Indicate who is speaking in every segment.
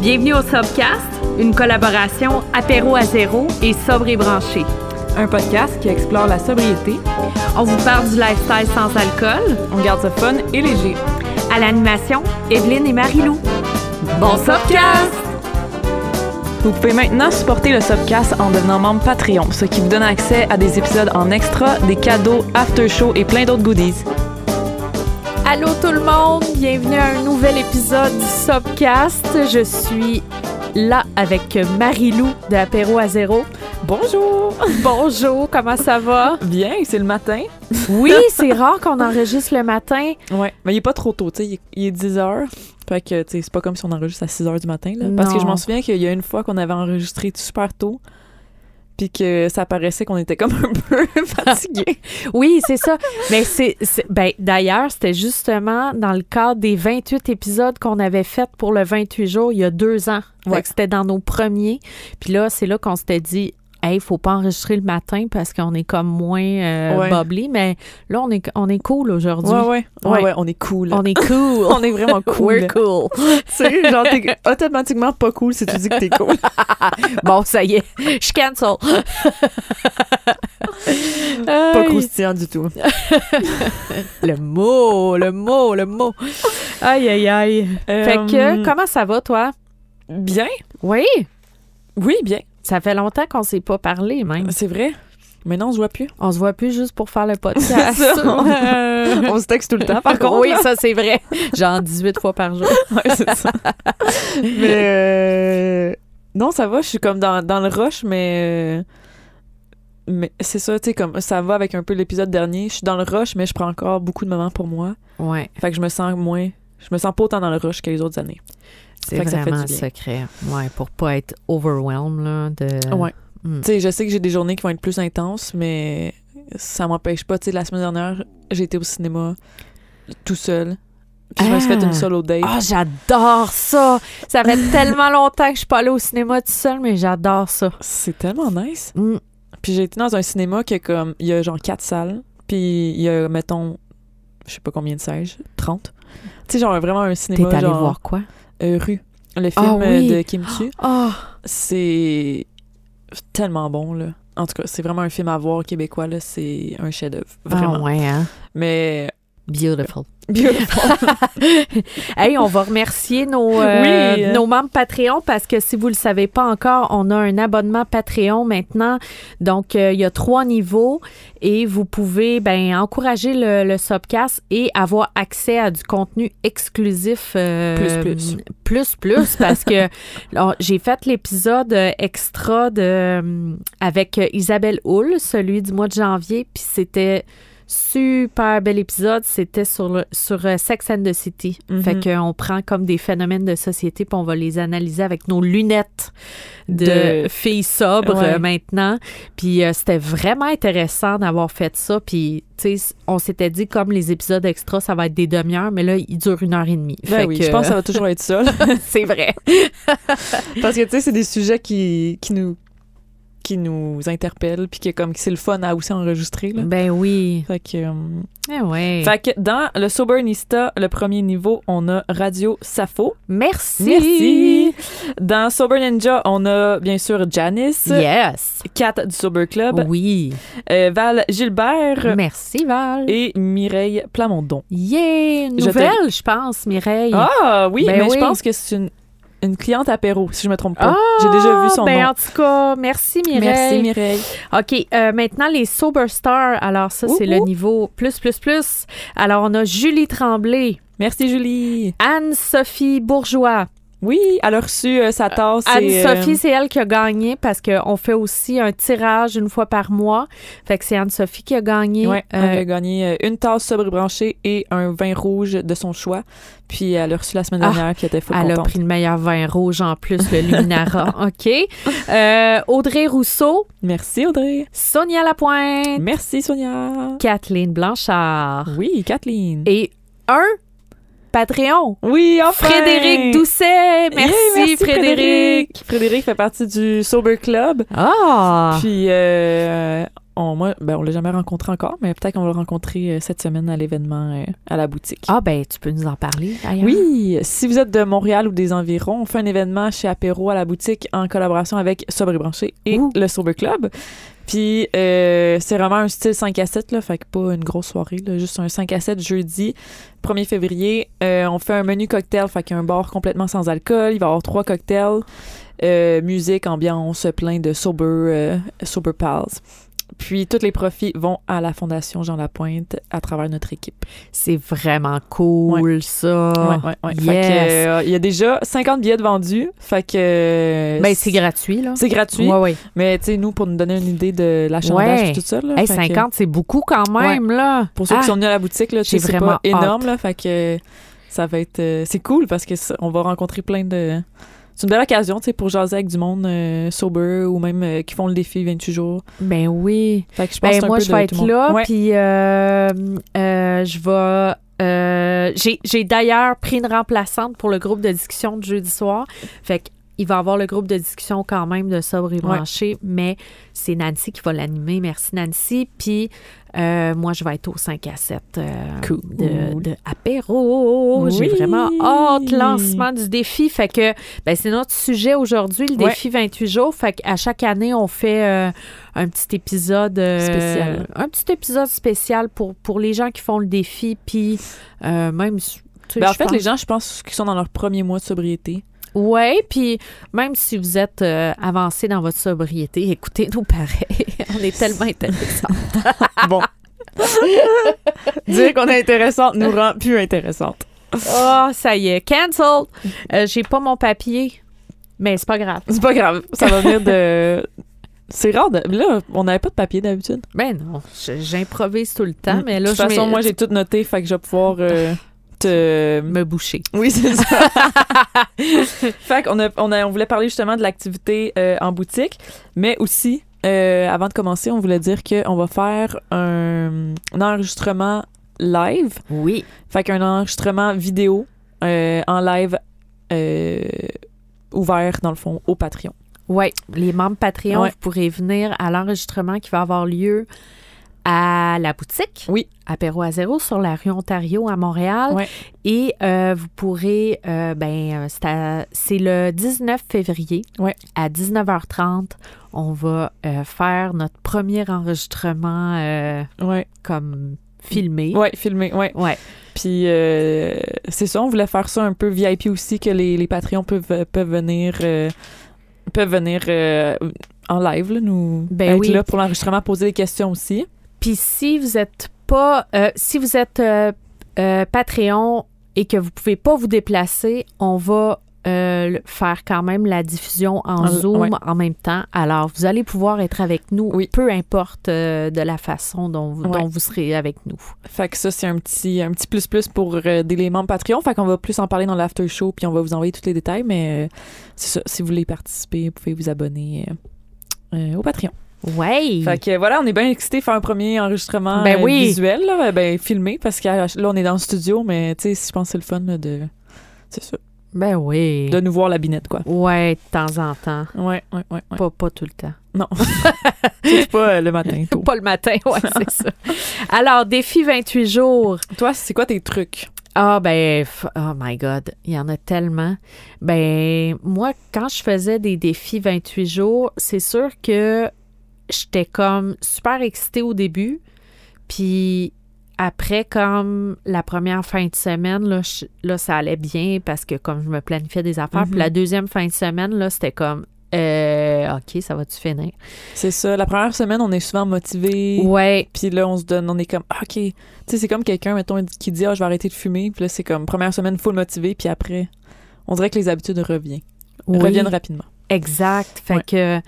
Speaker 1: Bienvenue au Sobcast, une collaboration apéro à zéro et sobre et branché.
Speaker 2: Un podcast qui explore la sobriété.
Speaker 1: On vous parle du lifestyle sans alcool.
Speaker 2: On garde ça fun et léger.
Speaker 1: À l'animation, Evelyne et Marie-Lou. Bon Sobcast!
Speaker 2: Vous pouvez maintenant supporter le Subcast en devenant membre Patreon, ce qui vous donne accès à des épisodes en extra, des cadeaux, after show et plein d'autres goodies.
Speaker 1: Allô tout le monde, bienvenue à un nouvel épisode du Sobcast. Je suis là avec Marie-Lou de Apéro à zéro.
Speaker 2: Bonjour!
Speaker 1: Bonjour, comment ça va?
Speaker 2: Bien, c'est le matin.
Speaker 1: Oui, c'est rare qu'on enregistre le matin.
Speaker 2: Ouais, mais il est pas trop tôt, tu sais, il est- il est 10 heures. Fait que, tu sais, c'est pas comme si on enregistre à 6 heures du matin, là. Parce que je
Speaker 1: Non.
Speaker 2: m'en souviens qu'il y a une fois qu'on avait enregistré super tôt, puis que ça paraissait qu'on était comme un peu fatigués.
Speaker 1: Oui, c'est ça. Mais c'est, c'est- ben, d'ailleurs, c'était justement dans le cadre des 28 épisodes qu'on avait fait pour le 28 jours il y a deux ans. Fait
Speaker 2: Ouais.
Speaker 1: que c'était dans nos premiers. Puis là, c'est là qu'on s'était dit, hey, faut pas enregistrer le matin parce qu'on est comme moins euh,
Speaker 2: Ouais.
Speaker 1: bubbly. Mais là, on est, on est cool aujourd'hui.
Speaker 2: ouais, ouais, ouais,
Speaker 1: Ouais.
Speaker 2: ouais, on est cool.
Speaker 1: On est cool.
Speaker 2: On est vraiment cool.
Speaker 1: We're cool.
Speaker 2: tu sais, genre, t'es automatiquement pas cool si tu dis que t'es cool.
Speaker 1: Bon, ça y est, je cancel.
Speaker 2: pas
Speaker 1: Aïe.
Speaker 2: croustillant du tout.
Speaker 1: Le mot, le mot, le mot. Aïe, aïe, aïe. Fait que, comment ça va, toi?
Speaker 2: Euh, Bien.
Speaker 1: Oui,
Speaker 2: Oui, bien.
Speaker 1: ça fait longtemps qu'on s'est pas parlé, même.
Speaker 2: C'est vrai. Maintenant, on se voit plus.
Speaker 1: On se voit plus juste pour faire le podcast.
Speaker 2: C'est ça. On se texte tout le temps, par contre.
Speaker 1: oui,
Speaker 2: là.
Speaker 1: ça, c'est vrai. Genre 18 fois par jour.
Speaker 2: Ouais, c'est ça. mais... euh, Non, ça va. Je suis comme dans, dans le rush, mais... euh, Mais c'est ça, tu sais, comme ça va avec un peu l'épisode dernier. Je suis dans le rush, mais je prends encore beaucoup de moments pour moi.
Speaker 1: Ouais,
Speaker 2: Fait que je me sens moins... Je me sens pas autant dans le rush que les autres années.
Speaker 1: c'est
Speaker 2: Fait que ça fait
Speaker 1: vraiment
Speaker 2: du bien.
Speaker 1: secret. Ouais, pour pas être overwhelmed, là, de...
Speaker 2: Ouais.
Speaker 1: Mm.
Speaker 2: Tu sais, je sais que j'ai des journées qui vont être plus intenses, mais ça m'empêche pas. Tu sais, la semaine dernière, j'ai été au cinéma tout seul. Puis Je me suis
Speaker 1: Ah.
Speaker 2: fait une solo date.
Speaker 1: Ah, j'adore ça! Ça fait tellement longtemps que je suis pas allée au cinéma tout seul, mais j'adore ça.
Speaker 2: C'est tellement nice.
Speaker 1: Mm.
Speaker 2: Puis j'ai été dans un cinéma qui a comme, il y a genre quatre salles, puis il y a, mettons, je sais pas combien de sièges, 30. Tu sais, genre vraiment un
Speaker 1: T'es
Speaker 2: cinéma
Speaker 1: allé
Speaker 2: genre
Speaker 1: voir quoi?
Speaker 2: euh, rue. Le film
Speaker 1: Ah
Speaker 2: euh,
Speaker 1: oui.
Speaker 2: de Kim Chiu,
Speaker 1: Oh,
Speaker 2: c'est tellement bon, là. En tout cas, c'est vraiment un film à voir québécois, là. C'est un chef-d'œuvre. Vraiment.
Speaker 1: Ah ouais, hein?
Speaker 2: Mais.
Speaker 1: Beautiful.
Speaker 2: Beautiful.
Speaker 1: Hey, on va remercier nos, euh,
Speaker 2: Oui.
Speaker 1: nos membres Patreon parce que si vous le savez pas encore, on a un abonnement Patreon maintenant. Donc, euh, il y a trois niveaux et vous pouvez ben, encourager le, le Sobcast et avoir accès à du contenu exclusif. euh,
Speaker 2: Plus, plus.
Speaker 1: Plus, plus, parce que alors, j'ai fait l'épisode euh, extra de, euh, avec euh, Isabelle Houle, celui du mois de janvier, puis c'était super bel épisode. C'était sur, le- sur euh, Sex and the City.
Speaker 2: Mhm.
Speaker 1: Fait qu'on prend comme des phénomènes de société puis on va les analyser avec nos lunettes de,
Speaker 2: De-
Speaker 1: filles sobres
Speaker 2: Ouais.
Speaker 1: euh, maintenant. Puis euh, c'était vraiment intéressant d'avoir fait ça. Puis, tu sais, on s'était dit comme les épisodes extra, ça va être des demi-heures, mais là, ils durent une heure et demie.
Speaker 2: Ben
Speaker 1: Fait
Speaker 2: oui,
Speaker 1: que-
Speaker 2: je pense que ça va toujours être ça. là.
Speaker 1: c'est vrai.
Speaker 2: Parce que, tu sais, c'est des sujets qui, qui nous qui nous interpellent, puis que comme c'est le fun à aussi enregistrer. Là.
Speaker 1: Ben oui.
Speaker 2: Fait que, euh,
Speaker 1: Eh ouais.
Speaker 2: fait que dans le Sobernista, le premier niveau, on a Radio Sappho.
Speaker 1: Merci.
Speaker 2: Merci. Dans Sober Ninja, on a bien sûr Janice,
Speaker 1: Yes.
Speaker 2: Kat du Sober Club,
Speaker 1: Oui.
Speaker 2: euh, Val Gilbert
Speaker 1: Merci, Val.
Speaker 2: et Mireille Plamondon.
Speaker 1: Yeah!
Speaker 2: Je
Speaker 1: Nouvelle, je, pense, Mireille.
Speaker 2: Ah oui,
Speaker 1: Ben
Speaker 2: mais
Speaker 1: oui.
Speaker 2: je pense que c'est une, une cliente apéro, si je me trompe pas.
Speaker 1: Ah,
Speaker 2: J'ai déjà vu son
Speaker 1: ben,
Speaker 2: nom.
Speaker 1: En tout cas, merci Mireille.
Speaker 2: Merci Mireille.
Speaker 1: OK, euh, maintenant les Sober Stars. Alors ça, c'est
Speaker 2: Ouh,
Speaker 1: le
Speaker 2: ouh.
Speaker 1: niveau plus, plus, plus. Alors on a Julie Tremblay,
Speaker 2: Merci Julie.
Speaker 1: Anne-Sophie Bourgeois.
Speaker 2: Oui, elle a reçu euh, sa tasse. et, euh,
Speaker 1: Anne-Sophie, c'est elle qui a gagné parce qu'on fait aussi un tirage une fois par mois. Fait que c'est Anne-Sophie qui a gagné.
Speaker 2: ouais,
Speaker 1: Euh,
Speaker 2: elle a gagné euh, une tasse sobre et branchée et un vin rouge de son choix. Puis elle a reçu la semaine
Speaker 1: Ah,
Speaker 2: dernière, puis elle était full
Speaker 1: Elle a
Speaker 2: contente.
Speaker 1: pris le meilleur vin rouge en plus, le Luminara. OK. Euh, Audrey Rousseau,
Speaker 2: Merci Audrey.
Speaker 1: Sonia Lapointe,
Speaker 2: Merci Sonia.
Speaker 1: Kathleen Blanchard
Speaker 2: Oui, Kathleen.
Speaker 1: et un Patreon.
Speaker 2: Oui, enfin!
Speaker 1: Frédéric Doucet, merci,
Speaker 2: Yeah,
Speaker 1: Frédéric.
Speaker 2: Frédéric fait partie du Sober Club.
Speaker 1: Ah,
Speaker 2: Puis euh, on, moi, ben, on l'a jamais rencontré encore, mais peut-être qu'on va le rencontrer euh, cette semaine à l'événement euh, à la boutique.
Speaker 1: Ah, ben, tu peux nous en parler d'ailleurs.
Speaker 2: Oui, si vous êtes de Montréal ou des environs, on fait un événement chez Apéro à la boutique en collaboration avec Sobre et Branché et
Speaker 1: Ouh.
Speaker 2: le Sober Club. Puis euh, c'est vraiment un style 5 à 7, là, fait que pas une grosse soirée, là, juste un 5 à 7 jeudi 1er février. Euh, on fait un menu cocktail, fait qu'il y a un bar complètement sans alcool, il va y avoir trois cocktails, euh, musique, ambiance, plein de Sober, euh, sober Pals. Puis tous les profits vont à la Fondation Jean Lapointe à travers notre équipe.
Speaker 1: C'est vraiment cool, ça.
Speaker 2: Ouais, ouais, ouais. Fait que,
Speaker 1: Ah, Yes.
Speaker 2: euh, il y a déjà 50 billets de vendus. Fait que. euh,
Speaker 1: Ben, c'est gratuit, là.
Speaker 2: c'est gratuit.
Speaker 1: Ouais, ouais.
Speaker 2: Mais tu sais, nous, pour nous donner une idée de l'achalandage
Speaker 1: Ouais.
Speaker 2: et tout ça. Là,
Speaker 1: Hey,
Speaker 2: fait que,
Speaker 1: 50, c'est beaucoup quand même, là.
Speaker 2: pour ceux
Speaker 1: Ah,
Speaker 2: qui sont venus à la boutique, là, tu
Speaker 1: j'ai
Speaker 2: sais, c'est
Speaker 1: vraiment
Speaker 2: pas énorme. Là, fait que euh, ça va être. euh, c'est cool parce que ça- on va rencontrer plein de. C'est une belle occasion, tu sais, pour jaser avec du monde euh, sober ou même euh, qui font le défi 28 jours.
Speaker 1: Ben oui.
Speaker 2: Fait que je pense
Speaker 1: Ben
Speaker 2: que c'est un
Speaker 1: moi,
Speaker 2: peu
Speaker 1: je
Speaker 2: de
Speaker 1: vais être
Speaker 2: tout le monde.
Speaker 1: là,
Speaker 2: Ouais.
Speaker 1: puis euh, euh, je vais... euh, j'ai- J'ai d'ailleurs pris une remplaçante pour le groupe de discussion de jeudi soir. Fait que il va y avoir le groupe de discussion quand même de Sobre et Branché, mais c'est Nancy qui va l'animer. Merci, Nancy. Puis euh, moi, je vais être au 5 à 7 euh,
Speaker 2: Cool.
Speaker 1: de, de apéro. J'ai
Speaker 2: Oui.
Speaker 1: vraiment hâte. Lancement du défi. Fait que ben, c'est notre sujet aujourd'hui, le
Speaker 2: Ouais.
Speaker 1: défi 28 jours. Fait qu'à chaque année, on fait... euh, un petit épisode euh,
Speaker 2: Spécial.
Speaker 1: un petit épisode spécial pour pour les gens qui font le défi puis euh, même si- tu sais,
Speaker 2: Ben, en
Speaker 1: je
Speaker 2: fait,
Speaker 1: pense-
Speaker 2: les gens, je pense, qui sont dans leur premier mois de sobriété.
Speaker 1: ouais puis même si vous êtes euh, avancé dans votre sobriété écoutez nous pareil on est tellement intéressants
Speaker 2: Bon. Dire qu'on est intéressante nous rend plus intéressante.
Speaker 1: oh ça y est cancel Euh, j'ai pas mon papier mais c'est pas grave
Speaker 2: C'est pas grave. Ça va venir de. C'est rare. de- Là, on n'avait pas de papier d'habitude.
Speaker 1: ben non je- j'improvise tout le temps
Speaker 2: Mm.
Speaker 1: mais là
Speaker 2: de toute
Speaker 1: je
Speaker 2: façon,
Speaker 1: mets-
Speaker 2: moi, j'ai tout noté, fait que je vais pouvoir euh, te.
Speaker 1: me boucher
Speaker 2: Oui, c'est ça. fait qu'on a, on, a- on voulait parler justement de l'activité euh, en boutique, mais aussi, euh, avant de commencer, on voulait dire qu'on va faire un, un enregistrement live
Speaker 1: oui
Speaker 2: Fait qu'un enregistrement vidéo euh, en live euh, ouvert, dans le fond, au Patreon.
Speaker 1: Oui, les membres Patreon,
Speaker 2: Ouais.
Speaker 1: vous pourrez venir à l'enregistrement qui va avoir lieu à la boutique.
Speaker 2: Oui.
Speaker 1: Apéro à zéro sur la rue Ontario à Montréal.
Speaker 2: Ouais.
Speaker 1: Et euh, vous pourrez, euh, ben, euh, c'est à- c'est le 19 février
Speaker 2: Ouais.
Speaker 1: à 19h30. On va euh, faire notre premier enregistrement euh,
Speaker 2: Ouais.
Speaker 1: comme filmé.
Speaker 2: Ouais, filmé, ouais.
Speaker 1: Ouais.
Speaker 2: Puis euh, c'est ça, on voulait faire ça un peu VIP aussi, que les, les Patreons peuvent, peuvent venir, euh, peuvent venir euh, en live, là, nous
Speaker 1: Ben
Speaker 2: être
Speaker 1: oui.
Speaker 2: là pour l'enregistrement, poser des questions aussi.
Speaker 1: Puis si vous êtes pas, euh, si vous êtes euh, euh, Patreon et que vous pouvez pas vous déplacer, on va euh, le- faire quand même la diffusion en
Speaker 2: En-
Speaker 1: Zoom
Speaker 2: ouais.
Speaker 1: en même temps. Alors vous allez pouvoir être avec nous,
Speaker 2: Oui.
Speaker 1: peu importe euh, de la façon dont, vous-
Speaker 2: Ouais.
Speaker 1: dont vous serez avec nous.
Speaker 2: Fait que ça, c'est un petit un petit plus-plus pour euh, des éléments Patreon. Fait qu'on va plus en parler dans l'after show, puis on va vous envoyer tous les détails. Mais euh, c'est ça, si vous voulez participer, vous pouvez vous abonner euh, euh, au Patreon.
Speaker 1: Ouais.
Speaker 2: Fait que euh, voilà, on est bien excités de faire un premier enregistrement
Speaker 1: Mm. Ben
Speaker 2: euh,
Speaker 1: oui.
Speaker 2: visuel, là, ben, filmé, parce que euh, là, on est dans le studio, mais tu sais, je pense que c'est le fun là, de. C'est ça.
Speaker 1: Ben oui.
Speaker 2: De nous voir la binette, quoi.
Speaker 1: Ouais, de temps en temps,
Speaker 2: Ouais, ouais, ouais. ouais.
Speaker 1: pas pas tout le temps.
Speaker 2: C'est pas euh, le matin. tôt.
Speaker 1: Pas le matin, ouais, c'est ça. Alors défi 28 jours.
Speaker 2: Toi, c'est quoi tes trucs?
Speaker 1: Ah ben, f- oh my God, il y en a tellement. Ben, moi, quand je faisais des défis 28 jours, c'est sûr que j'étais comme super excitée au début. Puis après, comme la première fin de semaine, là, je- là, ça allait bien parce que comme je me planifiais des affaires.
Speaker 2: Mhm.
Speaker 1: Puis la deuxième fin de semaine, là, c'était comme, euh, OK, ça va-tu finir?
Speaker 2: C'est ça. La première semaine, on est souvent motivé.
Speaker 1: Ouais,
Speaker 2: Puis là, on se donne, on est comme, Ah, OK. Tu sais, c'est comme quelqu'un, mettons, qui dit, ah, je vais arrêter de fumer. Puis là, c'est comme, première semaine, full motivé. Puis après, on dirait que les habitudes reviennent.
Speaker 1: oui.
Speaker 2: Reviennent rapidement.
Speaker 1: Exact. Fait
Speaker 2: Ouais.
Speaker 1: que,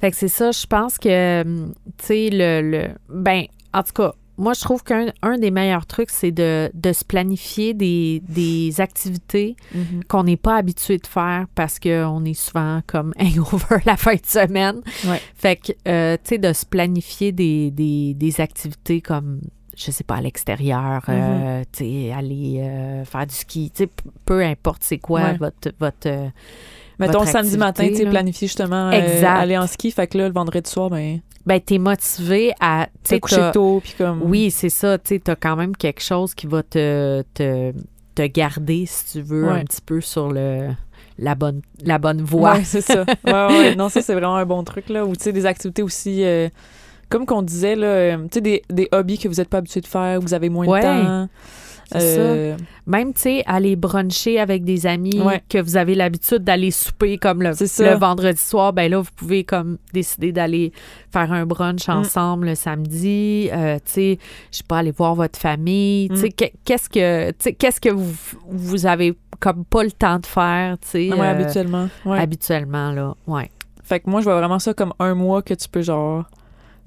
Speaker 1: fait que c'est ça, je pense que, hum, tu sais, le, le. Ben, en tout cas, moi, je trouve qu'un un des meilleurs trucs, c'est de, de se planifier des, des activités qu'on n'est pas habitué de faire parce qu'on est souvent comme hangover la fin de semaine.
Speaker 2: Ouais.
Speaker 1: Fait que, euh, tu sais, de se planifier des, des, des activités comme, je sais pas, à l'extérieur, euh,
Speaker 2: Mm-hmm.
Speaker 1: tu sais, aller euh, faire du ski, tu sais, p- peu importe c'est quoi
Speaker 2: Ouais.
Speaker 1: votre. votre euh,
Speaker 2: Mettons,
Speaker 1: Votre
Speaker 2: samedi matin, tu
Speaker 1: activité,
Speaker 2: sais,
Speaker 1: là.
Speaker 2: planifier justement euh,
Speaker 1: Exact.
Speaker 2: aller en ski. Fait que là, le vendredi soir, ben,
Speaker 1: ben t'es motivé à tu sais,
Speaker 2: T'es couché
Speaker 1: t'as-
Speaker 2: tôt, puis comme...
Speaker 1: oui c'est ça tu sais t'as quand même quelque chose qui va te te, te garder si tu veux
Speaker 2: Ouais.
Speaker 1: un petit peu sur le la bonne la bonne voie
Speaker 2: Ouais, c'est ça. Ouais, ouais. Non, ça, c'est vraiment un bon truc, là. Ou, tu sais, des activités aussi, euh, comme qu'on disait, là, euh, tu sais, des, des hobbies que vous n'êtes pas habitué de faire, vous avez moins
Speaker 1: Ouais,
Speaker 2: de temps. euh,
Speaker 1: c'est même tu sais aller bruncher avec des amis
Speaker 2: Ouais.
Speaker 1: que vous avez l'habitude d'aller souper comme le,
Speaker 2: C'est ça.
Speaker 1: le vendredi soir ben là vous pouvez comme décider d'aller faire un
Speaker 2: Mm.
Speaker 1: brunch ensemble le samedi Euh, tu sais je sais pas aller voir votre famille tu sais
Speaker 2: Mm.
Speaker 1: que- qu'est-ce que tu sais qu'est-ce que vous vous avez comme pas le temps de faire tu sais
Speaker 2: ah, Ouais,
Speaker 1: euh,
Speaker 2: habituellement. Ouais.
Speaker 1: habituellement là ouais
Speaker 2: Fait que moi, je vois vraiment ça comme un mois que tu peux, genre,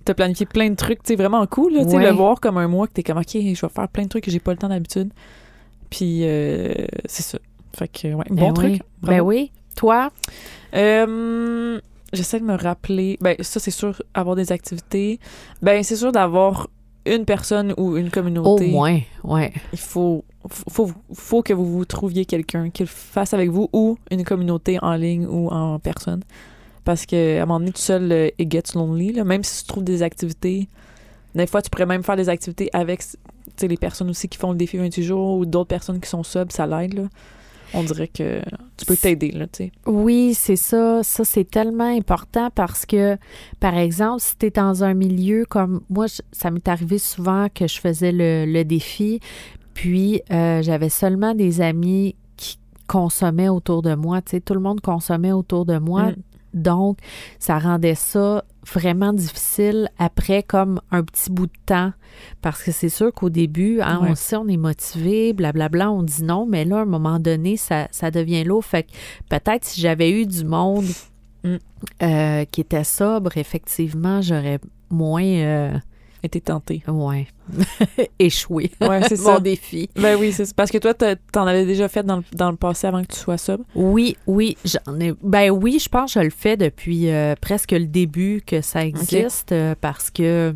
Speaker 2: te planifier plein de trucs, tu sais, vraiment cool, là. Tu sais,
Speaker 1: Ouais.
Speaker 2: le voir comme un mois que t'es comme, OK, je vais faire plein de trucs que j'ai pas le temps d'habitude. Puis, euh, c'est ça. Fait que, ouais, bon
Speaker 1: Ben
Speaker 2: truc.
Speaker 1: oui.
Speaker 2: Bravo.
Speaker 1: ben oui toi
Speaker 2: Euh, J'essaie de me rappeler. Ben, ça, c'est sûr, avoir des activités. Ben, c'est sûr d'avoir une personne ou une
Speaker 1: au
Speaker 2: communauté.
Speaker 1: moins ouais
Speaker 2: Il faut, faut, faut que vous vous trouviez quelqu'un qui le fasse avec vous ou une communauté en ligne ou en personne. Parce que à un moment donné, tout seul, euh, it gets lonely. là. Même si tu trouves des activités, des fois, tu pourrais même faire des activités avec tu sais, les personnes aussi qui font le défi 28 jours ou d'autres personnes qui sont subs, ça l'aide. là. On dirait que tu peux t'aider, là, tu sais.
Speaker 1: Oui, c'est ça. Ça, c'est tellement important parce que, par exemple, si tu es dans un milieu comme moi, je- ça m'est arrivé souvent que je faisais le, le défi, puis euh, j'avais seulement des amis qui consommaient autour de moi. Tu sais, tout le monde consommait autour de moi.
Speaker 2: Mm.
Speaker 1: Donc, ça rendait ça vraiment difficile après comme un petit bout de temps. Parce que c'est sûr qu'au début, hein,
Speaker 2: Ouais.
Speaker 1: on sait, on est motivé, blablabla, on dit non, mais là, à un moment donné, ça, ça devient lourd. Fait que peut-être si j'avais eu du monde
Speaker 2: Mm.
Speaker 1: euh, qui était sobre, effectivement, j'aurais moins euh,
Speaker 2: été tenté.
Speaker 1: ouais, échoué
Speaker 2: Ouais, c'est
Speaker 1: mon
Speaker 2: ça.
Speaker 1: défi.
Speaker 2: Ben oui, c'est ça. Parce que toi, t'as- t'en avais déjà fait dans le, dans le passé avant que tu sois sub.
Speaker 1: Oui, oui, j'en ai. Ben oui, je pense que je le fais depuis euh, presque le début que ça existe euh, parce que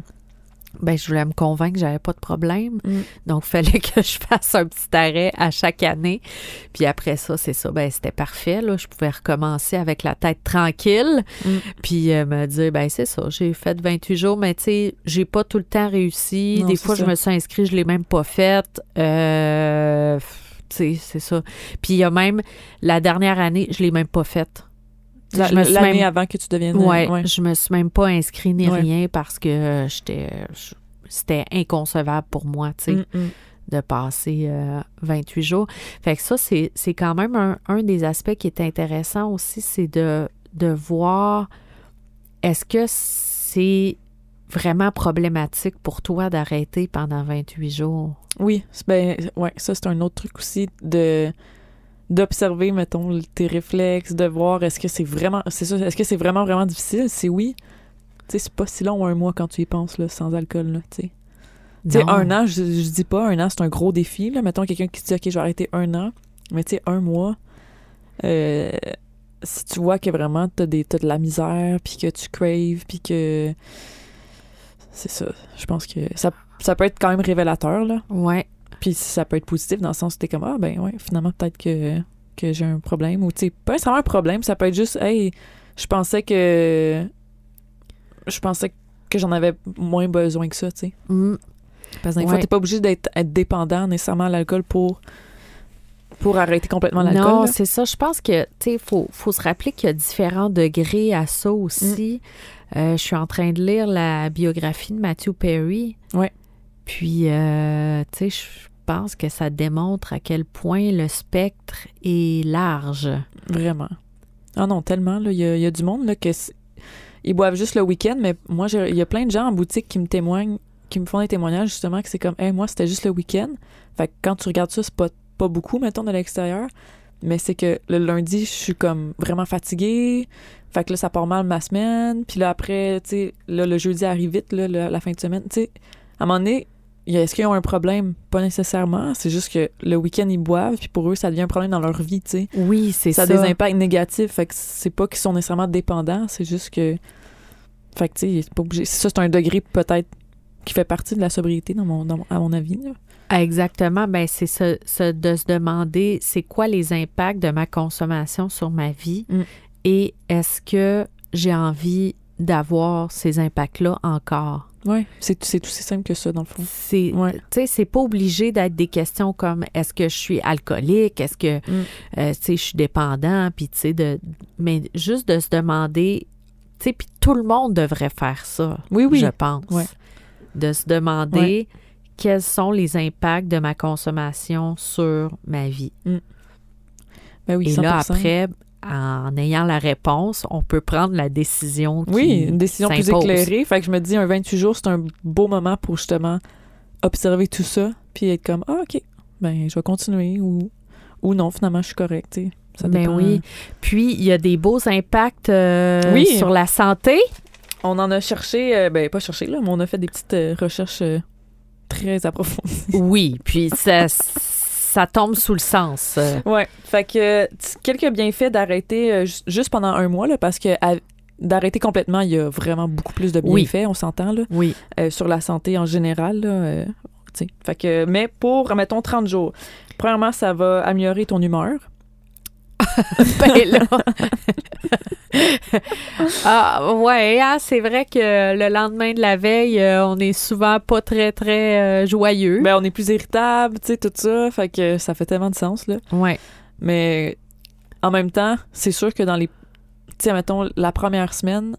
Speaker 1: ben je voulais me convaincre que j'avais pas de problème.
Speaker 2: Mm.
Speaker 1: Donc fallait que je fasse un petit arrêt à chaque année. Puis après ça, c'est ça, ben c'était parfait là, je pouvais recommencer avec la tête tranquille
Speaker 2: Mm.
Speaker 1: puis euh, me dire ben c'est ça, j'ai fait 28 jours mais tu sais, j'ai pas tout le temps réussi.
Speaker 2: Non,
Speaker 1: Des
Speaker 2: c'est
Speaker 1: fois
Speaker 2: ça.
Speaker 1: je me suis inscrite, je l'ai même pas faite. Euh, tu sais, c'est ça. Puis il y a même la dernière année, je l'ai même pas faite.
Speaker 2: La-
Speaker 1: Je me suis
Speaker 2: L'année
Speaker 1: même-
Speaker 2: avant que tu deviennes.
Speaker 1: Ouais,
Speaker 2: ouais.
Speaker 1: je me suis même pas inscrit ni
Speaker 2: Ouais.
Speaker 1: rien parce que euh, j'étais je- c'était inconcevable pour moi, tu sais,
Speaker 2: Mm, mm.
Speaker 1: de passer euh, 28 jours. Fait que ça c'est c'est quand même un, un des aspects qui est intéressant aussi, c'est de de voir est-ce que c'est vraiment problématique pour toi d'arrêter pendant 28 jours.
Speaker 2: Oui, c'est- ben, ouais, ça, c'est un autre truc aussi de d'observer mettons l- tes réflexes de voir est-ce que c'est vraiment c'est ça est-ce que c'est vraiment vraiment difficile si oui tu sais c'est pas si long un mois quand tu y penses là, sans alcool là tu sais Tu sais,
Speaker 1: Non.
Speaker 2: un an, je, je dis pas, un an, c'est un gros défi. Là. Mettons quelqu'un qui dit, OK, je vais arrêter un an. Mais tu sais, un mois, euh, si tu vois que vraiment t'as, des, t'as de la misère, puis que tu craves, puis que. C'est ça. Je pense que ça, ça peut être quand même révélateur, là.
Speaker 1: Ouais.
Speaker 2: Puis ça peut être positif dans le sens où t'es comme, ah, ben ouais, finalement, peut-être que, que j'ai un problème. Ou tu sais, pas nécessairement un problème, ça peut être juste, hey, je pensais que. Je pensais que j'en avais moins besoin que ça, tu sais.
Speaker 1: Mm.
Speaker 2: Parce que des fois,
Speaker 1: Ouais.
Speaker 2: t'es pas obligé d'être être dépendant nécessairement à l'alcool pour, pour arrêter complètement
Speaker 1: Non,
Speaker 2: l'alcool. là.
Speaker 1: c'est ça. Je pense que, tu sais, il faut, faut se rappeler qu'il y a différents degrés à ça aussi.
Speaker 2: Mm.
Speaker 1: Euh, je suis en train de lire la biographie de Matthew Perry.
Speaker 2: Ouais.
Speaker 1: Puis, euh, tu sais, je pense que ça démontre à quel point le spectre est large.
Speaker 2: Vraiment. Ah non, tellement. là. Il y, a- il y a du monde là, que c'est- ils boivent juste le week-end, mais moi, j'ai- il y a plein de gens en boutique qui me témoignent, qui me font des témoignages justement que c'est comme, hey, moi, c'était juste le week-end. Fait que quand tu regardes ça, c'est pas, pas beaucoup, mettons, de l'extérieur. Mais c'est que le lundi, je suis comme vraiment fatiguée. Fait que là, ça part mal ma semaine. Puis là, après, tu sais, là, le jeudi arrive vite, là, le- la fin de semaine. Tu sais, à un moment donné, il y a- est-ce qu'ils ont un problème? Pas nécessairement. C'est juste que le week-end, ils boivent. Puis pour eux, ça devient un problème dans leur vie, tu sais
Speaker 1: Oui, c'est
Speaker 2: ça a
Speaker 1: ça.
Speaker 2: des impacts négatifs. Fait que c'est pas qu'ils sont nécessairement dépendants, c'est juste que. Fait que, tu sais, c'est pas obligé. Ça, c'est un degré peut-être qui fait partie de la sobriété, dans mon, dans mon- à mon avis. là.
Speaker 1: Exactement. Ben, c'est ce- ce- de se demander c'est quoi les impacts de ma consommation sur ma vie
Speaker 2: Mm.
Speaker 1: et est-ce que j'ai envie d'avoir ces impacts-là encore.
Speaker 2: Oui, c'est c'est tout aussi simple que ça, dans le fond.
Speaker 1: C'est
Speaker 2: Ouais.
Speaker 1: tu sais, c'est pas obligé d'être des questions comme est-ce que je suis alcoolique, est-ce que
Speaker 2: Mm.
Speaker 1: euh, tu sais, je suis dépendant, puis tu sais, de, mais juste de se demander, tu sais, puis tout le monde devrait faire ça,
Speaker 2: Oui, oui.
Speaker 1: je pense,
Speaker 2: Ouais.
Speaker 1: de se demander quels sont les impacts de ma consommation sur ma vie.
Speaker 2: Ben oui,
Speaker 1: Et là,
Speaker 2: 100%.
Speaker 1: après, en ayant la réponse, on peut prendre la décision qui
Speaker 2: Oui, une décision plus
Speaker 1: s'impose.
Speaker 2: éclairée. Fait que je me dis, un 28 jours, c'est un beau moment pour justement observer tout ça, puis être comme, ah, OK, ben, je vais continuer, ou, ou non, finalement, je suis correct, tu sais. Ça
Speaker 1: Ben
Speaker 2: dépend.
Speaker 1: oui. Puis, il y a des beaux impacts euh,
Speaker 2: Oui.
Speaker 1: sur la santé.
Speaker 2: On en a cherché, euh, ben, pas cherché, là, mais on a fait des petites euh, recherches euh, très approfondies.
Speaker 1: Oui, puis ça, ça tombe sous le sens. euh.
Speaker 2: Ouais. Fait que, euh, t- quelques bienfaits d'arrêter euh, ju- juste pendant un mois, là, parce que à- d'arrêter complètement, il y a vraiment beaucoup plus de
Speaker 1: Oui.
Speaker 2: bienfaits, on s'entend, là.
Speaker 1: Oui.
Speaker 2: euh, sur la santé en général. là, euh, tu sais. fait que, mais pour, mettons, 30 jours, premièrement, ça va améliorer ton humeur.
Speaker 1: Ben là. ah, ouais, hein, c'est vrai que le lendemain de la veille, euh, on est souvent pas très, très euh, joyeux.
Speaker 2: Ben, on est plus irritable, tu sais, tout ça. Fait que ça fait tellement de sens. Là.
Speaker 1: Ben, ouais.
Speaker 2: Mais en même temps, c'est sûr que dans les. Tu sais, mettons, la première semaine,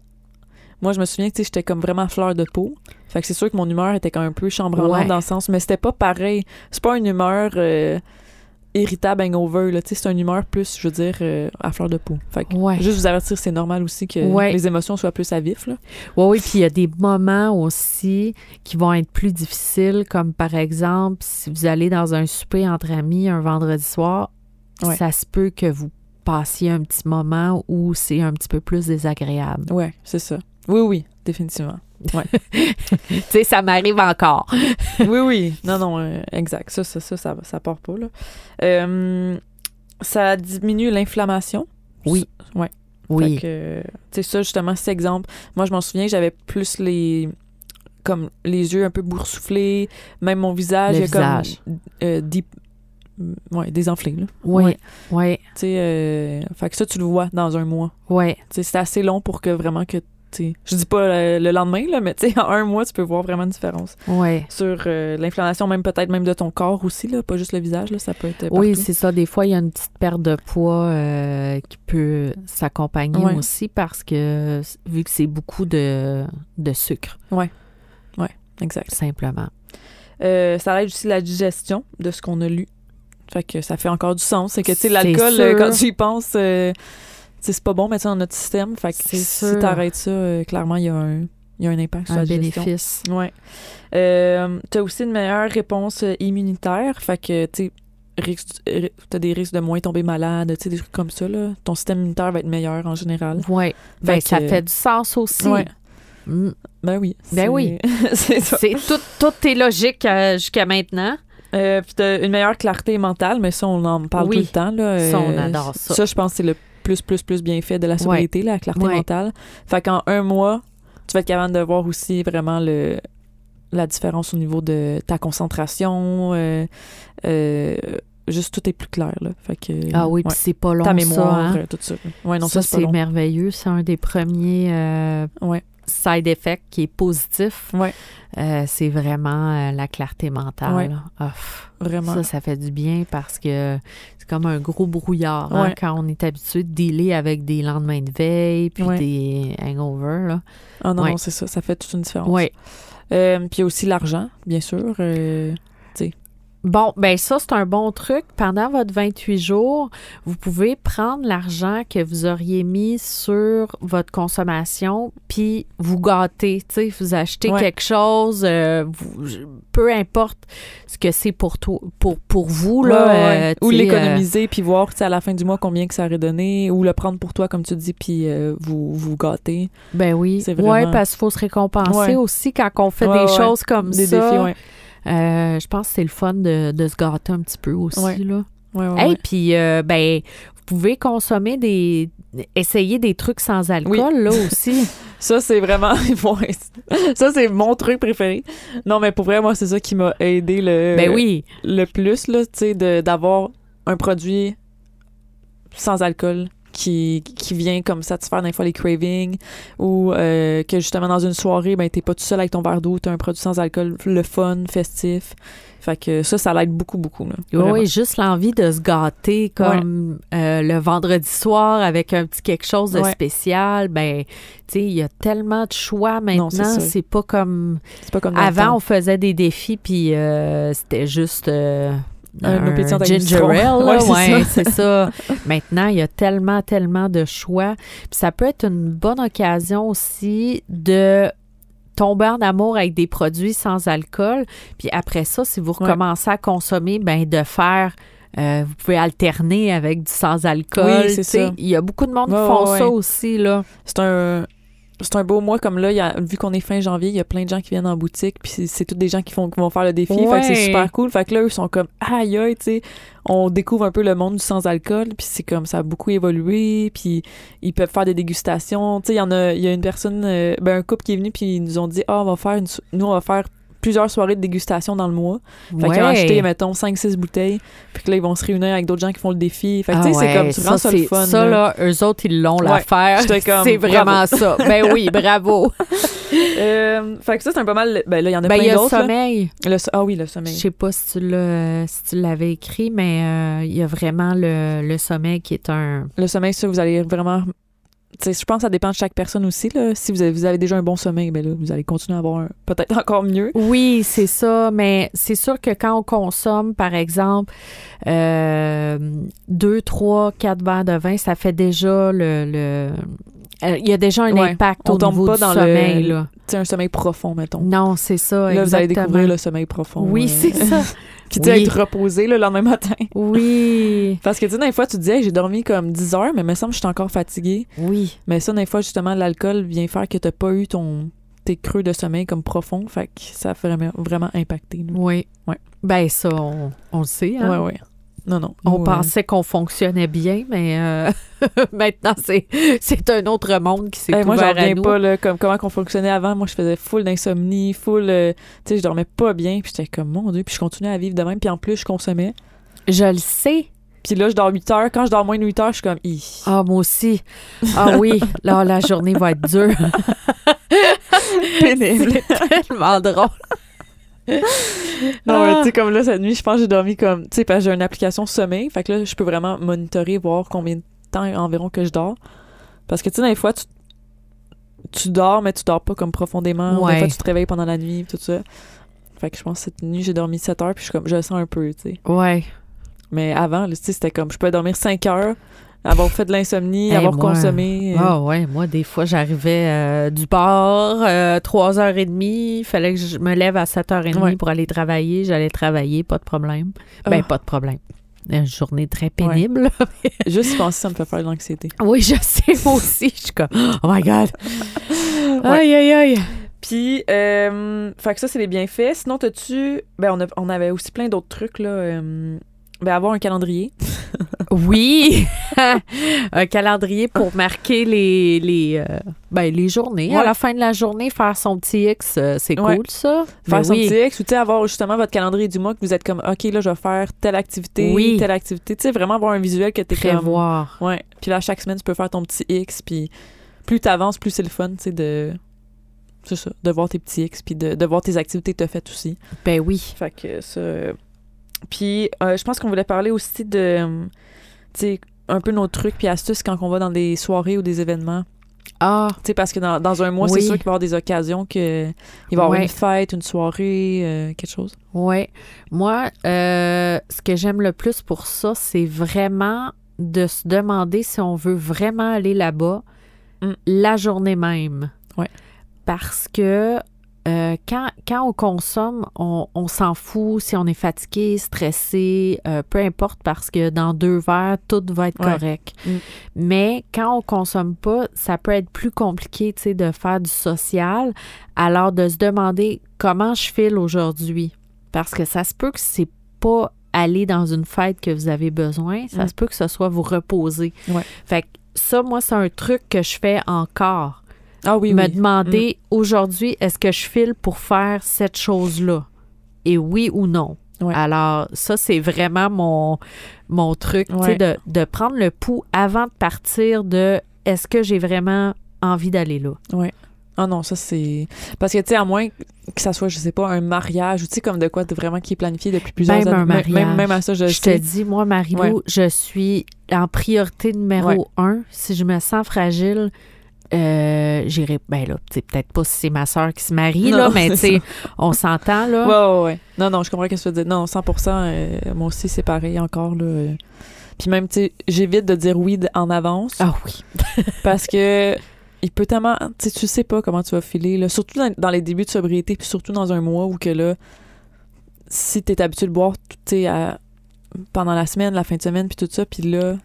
Speaker 2: moi, je me souviens que tu sais, j'étais comme vraiment fleur de peau. Fait que c'est sûr que mon humeur était quand même un peu chambranlante
Speaker 1: Ouais.
Speaker 2: dans le sens, mais c'était pas pareil. C'est pas une humeur euh, irritable, hangover, là. Tu sais, c'est une humeur plus, je veux dire, euh, à fleur de peau. Fait que
Speaker 1: Ouais.
Speaker 2: Juste vous avertir, c'est normal aussi que
Speaker 1: Ouais.
Speaker 2: les émotions soient plus à vif. Là.
Speaker 1: Oui, oui, puis il y a des moments aussi qui vont être plus difficiles, comme par exemple, si vous allez dans un souper entre amis un vendredi soir,
Speaker 2: Ouais.
Speaker 1: ça se peut que vous passiez un petit moment où c'est un petit peu plus désagréable.
Speaker 2: Ouais, c'est ça. Oui, oui, définitivement.
Speaker 1: tu sais, ça m'arrive encore.
Speaker 2: oui, oui. Non, non, euh, exact. Ça, ça, ça, ça, ça part pas. Là. Euh, ça diminue l'inflammation.
Speaker 1: Oui.
Speaker 2: Ouais.
Speaker 1: Oui.
Speaker 2: Fait que, euh, tu sais, ça, justement, cet exemple, moi, je m'en souviens, j'avais plus les comme les yeux un peu boursouflés, même mon visage,
Speaker 1: Le
Speaker 2: il y a comme,
Speaker 1: visage.
Speaker 2: euh, dip- ouais, désenflé. Là.
Speaker 1: Oui. Oui.
Speaker 2: Tu sais, euh, fait que ça, tu le vois dans un mois.
Speaker 1: Oui.
Speaker 2: Tu sais, c'est assez long pour que vraiment que tu sais, je dis pas euh, le, lendemain là mais tu sais en un mois tu peux voir vraiment une différence
Speaker 1: Oui.
Speaker 2: sur euh, l'inflammation même peut-être même de ton corps aussi là pas juste le visage là ça peut être partout.
Speaker 1: Oui, c'est ça. Des fois, il y a une petite perte de poids euh, qui peut s'accompagner
Speaker 2: Ouais.
Speaker 1: aussi parce que vu que c'est beaucoup de, de sucre,
Speaker 2: exact
Speaker 1: simplement.
Speaker 2: Euh, ça aide aussi la digestion de ce qu'on a lu fait que ça fait encore du sens c'est que tu sais l'alcool
Speaker 1: C'est sûr.
Speaker 2: euh, quand tu y penses euh, tu sais, c'est pas bon mais ça dans notre système fait que
Speaker 1: C'est
Speaker 2: si
Speaker 1: sûr.
Speaker 2: t'arrêtes ça euh, clairement il y a un il y a un impact sur
Speaker 1: Un
Speaker 2: la digestion
Speaker 1: bénéfice.
Speaker 2: Ouais. Euh, t'as aussi une meilleure réponse euh, immunitaire, fait que tu sais, risque- euh, t'as des risques de moins tomber malade, tu sais des trucs comme ça là. Ton système immunitaire va être meilleur en général.
Speaker 1: Oui. Ben,
Speaker 2: Fait
Speaker 1: ça
Speaker 2: que-
Speaker 1: fait du sens aussi.
Speaker 2: Ouais.
Speaker 1: Mm.
Speaker 2: Ben oui.
Speaker 1: Ben
Speaker 2: c'est-
Speaker 1: oui.
Speaker 2: c'est ça.
Speaker 1: C'est tout, tout est logique euh, jusqu'à maintenant.
Speaker 2: Euh, puis t'as une meilleure clarté mentale, mais ça on en parle
Speaker 1: Oui.
Speaker 2: tout le temps là. euh,
Speaker 1: Ça, on adore ça.
Speaker 2: Ça je pense que c'est le plus plus plus bien fait de la sobriété là, la clarté
Speaker 1: Ouais.
Speaker 2: mentale. Fait qu'en un mois, tu vas être capable de voir aussi vraiment le la différence au niveau de ta concentration, euh, euh, juste tout est plus clair là. Fait que
Speaker 1: Ah oui,
Speaker 2: ouais.
Speaker 1: puis c'est pas long
Speaker 2: ta
Speaker 1: ça.
Speaker 2: mémoire,
Speaker 1: hein.
Speaker 2: euh, tout ça. Ouais non
Speaker 1: ça,
Speaker 2: ça, c'est
Speaker 1: c'est
Speaker 2: pas long.
Speaker 1: merveilleux. C'est un des premiers euh,
Speaker 2: Ouais.
Speaker 1: side effects qui est positif.
Speaker 2: Ouais.
Speaker 1: Euh, c'est vraiment euh, la clarté mentale.
Speaker 2: Ouais.
Speaker 1: là. Ah, pff,
Speaker 2: Vraiment.
Speaker 1: ça, ça fait du bien parce que c'est comme un gros brouillard hein,
Speaker 2: Ouais.
Speaker 1: quand on est habitué de dealer avec des lendemains de veille puis
Speaker 2: Ouais.
Speaker 1: des hangovers. Là.
Speaker 2: Ah non
Speaker 1: Ouais.
Speaker 2: non c'est ça, ça fait toute une différence.
Speaker 1: Ouais.
Speaker 2: Euh, puis aussi l'argent bien sûr. euh,
Speaker 1: Bon, ben ça, c'est un bon truc. Pendant votre 28 jours, vous pouvez prendre l'argent que vous auriez mis sur votre consommation, puis vous gâter, tu sais, vous achetez
Speaker 2: Ouais.
Speaker 1: quelque chose, euh, vous- je- peu importe ce que c'est pour, toi- pour, pour vous, là.
Speaker 2: Ouais, ouais.
Speaker 1: euh,
Speaker 2: ou
Speaker 1: tu sais,
Speaker 2: l'économiser, puis voir tu sais, à la fin du mois combien que ça aurait donné, ou le prendre pour toi, comme tu dis, puis euh, vous, vous gâter.
Speaker 1: euh, ben oui,
Speaker 2: C'est vraiment-
Speaker 1: ouais, parce qu'il faut se récompenser
Speaker 2: Ouais.
Speaker 1: aussi quand on fait
Speaker 2: Ouais,
Speaker 1: des
Speaker 2: ouais.
Speaker 1: choses comme
Speaker 2: Des
Speaker 1: ça.
Speaker 2: défis, ouais.
Speaker 1: Euh, je pense que c'est le fun de, de se gâter un petit peu aussi,
Speaker 2: Ouais.
Speaker 1: là.
Speaker 2: Ouais, ouais,
Speaker 1: Hey,
Speaker 2: ouais.
Speaker 1: puis euh, ben, vous pouvez consommer des, essayer des trucs sans alcool là aussi.
Speaker 2: Ça, c'est vraiment. ouais, ça, c'est mon truc préféré. Non, mais pour vrai, moi, c'est ça qui m'a aidé le,
Speaker 1: ben oui,
Speaker 2: le plus, là, tu sais, de- d'avoir un produit sans alcool qui, qui vient comme satisfaire des fois les cravings ou euh, que justement dans une soirée, ben t'es pas tout seul avec ton verre d'eau, t'as un produit sans alcool, le fun, festif. Fait que ça, ça l'aide beaucoup, beaucoup. Là,
Speaker 1: oui, oui, juste l'envie de se gâter comme ouais. euh, le vendredi soir avec un petit quelque chose de ouais. spécial. Ben, tu sais, il y a tellement de choix maintenant. C'est pas comme.
Speaker 2: Pas comme
Speaker 1: Avant, on faisait des défis, puis euh, c'était juste. Euh,
Speaker 2: un, un
Speaker 1: ginger ale, ouais, ouais c'est ça. ça. Maintenant, il y a tellement, tellement de choix. Puis ça peut être une bonne occasion aussi de tomber en amour avec des produits sans alcool. Puis après ça, si vous recommencez ouais. à consommer, ben de faire. Euh, vous pouvez alterner avec du sans alcool.
Speaker 2: Oui, ça.
Speaker 1: Il y a beaucoup de monde ouais, qui font ouais, ça aussi. là.
Speaker 2: C'est un, c'est un beau mois comme là. Il y a, vu qu'on est fin janvier, il y a plein de gens qui viennent en boutique, puis c'est tous des gens qui, font, qui vont faire le défi. Ouais. Fait que c'est super cool. Fait que là, ils sont comme aïe aïe, tu sais. On découvre un peu le monde du sans-alcool, puis c'est comme ça a beaucoup évolué, puis ils peuvent faire des dégustations. Tu sais, il y en a, il y a une personne, euh, ben un couple qui est venu, puis ils nous ont dit, ah, oh, on va faire une, nous, on va faire plusieurs soirées de dégustation dans le mois. Fait ouais. qu'ils ont acheté, mettons, 5-6 bouteilles. Puis que là, ils vont se réunir avec d'autres gens qui font le défi. Fait que, ah tu sais, ouais. c'est comme, tu rends ça, le fun.
Speaker 1: Ça, là, eux autres, ils l'ont, ouais. l'affaire. C'est vraiment ça. Ben oui, bravo.
Speaker 2: euh, fait que ça, c'est pas mal. Ben là, il y en a ben, plein d'autres.
Speaker 1: le sommeil.
Speaker 2: Le, ah oui, le sommeil.
Speaker 1: Je sais pas si tu l'as, si tu l'avais écrit, mais il euh, y a vraiment le, le sommeil qui est un.
Speaker 2: Le sommeil, ça, vous allez vraiment T'sais, je pense que ça dépend de chaque personne aussi. Là. Si vous avez, vous avez déjà un bon sommeil, ben là, vous allez continuer à avoir peut-être encore mieux.
Speaker 1: Oui, c'est ça. Mais c'est sûr que quand on consomme, par exemple, euh, deux, trois, quatre verres de vin, ça fait déjà le. le euh, il y a déjà un ouais, impact on au tombe niveau pas du dans sommeil. Le, là.
Speaker 2: un sommeil profond, mettons.
Speaker 1: Non, c'est ça.
Speaker 2: Là, exactement. vous allez découvrir le sommeil profond.
Speaker 1: Oui, euh, c'est ça.
Speaker 2: qui oui. être reposé le lendemain matin.
Speaker 1: Oui.
Speaker 2: Parce que, tu sais, des fois, tu te dis, hey, j'ai dormi comme 10 heures, mais il me semble que je suis encore fatiguée.
Speaker 1: Oui.
Speaker 2: Mais ça, des fois, justement, l'alcool vient faire que tu pas eu ton tes creux de sommeil comme profond, fait que ça fait vraiment, vraiment impacté. Là.
Speaker 1: Oui.
Speaker 2: Ouais.
Speaker 1: Ben, ça, on, on le sait. Hein?
Speaker 2: Oui, oui. Non, non.
Speaker 1: On ouais. pensait qu'on fonctionnait bien, mais euh, maintenant, c'est un autre monde qui s'est hey,
Speaker 2: Moi,
Speaker 1: Ben, j'en
Speaker 2: reviens pas, là, comme comment qu'on fonctionnait avant. Moi, je faisais full d'insomnie, full... Euh, tu sais, je dormais pas bien, puis j'étais comme, mon Dieu, puis je continuais à vivre de même, puis en plus, je consommais.
Speaker 1: Je le sais.
Speaker 2: Puis là, je dors 8 heures. Quand je dors moins de 8 heures, je suis comme, Ih.
Speaker 1: Ah, moi aussi. Ah oui, là, la journée va être dure.
Speaker 2: Pénible.
Speaker 1: tellement drôle.
Speaker 2: non, ah. tu sais, comme là, cette nuit, je pense que j'ai dormi comme. Tu sais, parce que j'ai une application sommeil. Fait que là, je peux vraiment monitorer, voir combien de temps environ que je dors. Parce que, tu sais, des fois, tu, tu dors, mais tu dors pas comme profondément. Ouais. Des fois, tu te réveilles pendant la nuit, tout ça. Fait que je pense que cette nuit, j'ai dormi 7 heures, puis je, comme, je le sens un peu, tu sais.
Speaker 1: Ouais.
Speaker 2: Mais avant, tu sais, c'était comme. Je pouvais dormir 5 heures avoir fait de l'insomnie, hey, avoir
Speaker 1: moi,
Speaker 2: consommé.
Speaker 1: Ah euh... oh ouais, moi des fois j'arrivais euh, du bar euh, 3h30, il fallait que je me lève à 7h30 ouais. pour aller travailler, j'allais travailler, pas de problème. Ben oh. pas de problème. Une journée très pénible.
Speaker 2: Ouais. Juste penser ça me fait faire de l'anxiété.
Speaker 1: Oui, je sais, moi aussi. Je suis comme, oh my God. ouais. Aïe, aïe, aïe.
Speaker 2: Puis, euh, fait que ça, c'est les bienfaits. Sinon, t'as-tu. Ben, on, a, on, avait aussi plein d'autres trucs, là. Ben, avoir un calendrier.
Speaker 1: oui, un calendrier pour marquer les, les, euh, ben, les journées. Ouais. À la fin de la journée, faire son petit X, euh, c'est cool, ouais. ça.
Speaker 2: Faire ben son oui. petit X ou avoir justement votre calendrier du mois que vous êtes comme, OK, là, je vais faire telle activité, oui. telle activité. Tu sais, vraiment avoir un visuel que tu es
Speaker 1: Prévoir.
Speaker 2: Comme, ouais. Puis là, chaque semaine, tu peux faire ton petit X. Puis plus tu avances, plus c'est le fun, tu sais, de c'est ça, de voir tes petits X, puis de, de voir tes activités que tu as faites aussi.
Speaker 1: Ben oui.
Speaker 2: Fait que ça... Puis euh, je pense qu'on voulait parler aussi de, hum, tu sais, un peu nos trucs puis astuces quand on va dans des soirées ou des événements.
Speaker 1: Ah.
Speaker 2: Tu sais, parce que dans, dans un mois, oui. c'est sûr qu'il va y avoir des occasions que il va y avoir ouais. une fête, une soirée, euh, quelque chose.
Speaker 1: Oui. Moi, euh, ce que j'aime le plus pour ça, c'est vraiment de se demander si on veut vraiment aller là-bas mm. la journée même.
Speaker 2: Ouais.
Speaker 1: Parce que euh, quand, quand, on consomme, on, on s'en fout si on est fatigué, stressé, euh, peu importe, parce que dans deux verres, tout va être correct. Ouais. Mm. Mais quand on consomme pas, ça peut être plus compliqué de faire du social. Alors, de se demander comment je file aujourd'hui. Parce que ça se peut que c'est pas aller dans une fête que vous avez besoin, ça mm. se peut que ce soit vous reposer.
Speaker 2: Ouais.
Speaker 1: Fait que ça, moi, c'est un truc que je fais encore.
Speaker 2: Ah oui,
Speaker 1: me
Speaker 2: oui.
Speaker 1: demander mm. aujourd'hui, est-ce que je file pour faire cette chose-là? Et oui ou non?
Speaker 2: Ouais.
Speaker 1: Alors, ça, c'est vraiment mon, mon truc, tu sais,
Speaker 2: Ouais.
Speaker 1: de, de prendre le pouls avant de partir de est-ce que j'ai vraiment envie d'aller là?
Speaker 2: Ah non, ça c'est. Parce que, tu sais, à moins que ça soit, je sais pas, un mariage ou tu sais, comme de quoi de vraiment qui est planifié depuis plusieurs
Speaker 1: Même
Speaker 2: années.
Speaker 1: un
Speaker 2: Même- Même,
Speaker 1: mariage.
Speaker 2: même à ça, Euh,
Speaker 1: Je,
Speaker 2: je, le
Speaker 1: te
Speaker 2: sais.
Speaker 1: dis, moi, Marilou,
Speaker 2: Ouais.
Speaker 1: je suis en priorité numéro
Speaker 2: Ouais.
Speaker 1: un. Si je me sens fragile, euh, j'irai. Ben là, tu sais, peut-être pas si c'est ma soeur qui se marie,
Speaker 2: Non,
Speaker 1: là, mais tu
Speaker 2: c'est
Speaker 1: sais, on s'entend, là.
Speaker 2: Ouais, ouais, ouais. Non, non, je comprends ce que tu veux dire. Non, 100 euh, moi aussi, c'est pareil encore. Là, euh. Puis même, tu sais, j'évite de dire oui d- en avance
Speaker 1: Ah oui.
Speaker 2: parce que il peut tellement. Tu sais, tu sais pas comment tu vas filer. Là. Surtout dans, dans les débuts de sobriété, puis surtout dans un mois où que là, si t'es habitué de boire, tu sais, à- pendant la semaine, la fin de semaine, puis tout ça, puis là,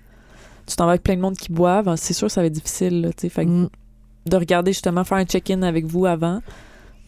Speaker 2: tu t'en vas avec plein de monde qui boivent, c'est sûr que ça va être difficile. Là, tu sais. fait que
Speaker 1: Mm.
Speaker 2: de regarder justement faire un check-in avec vous avant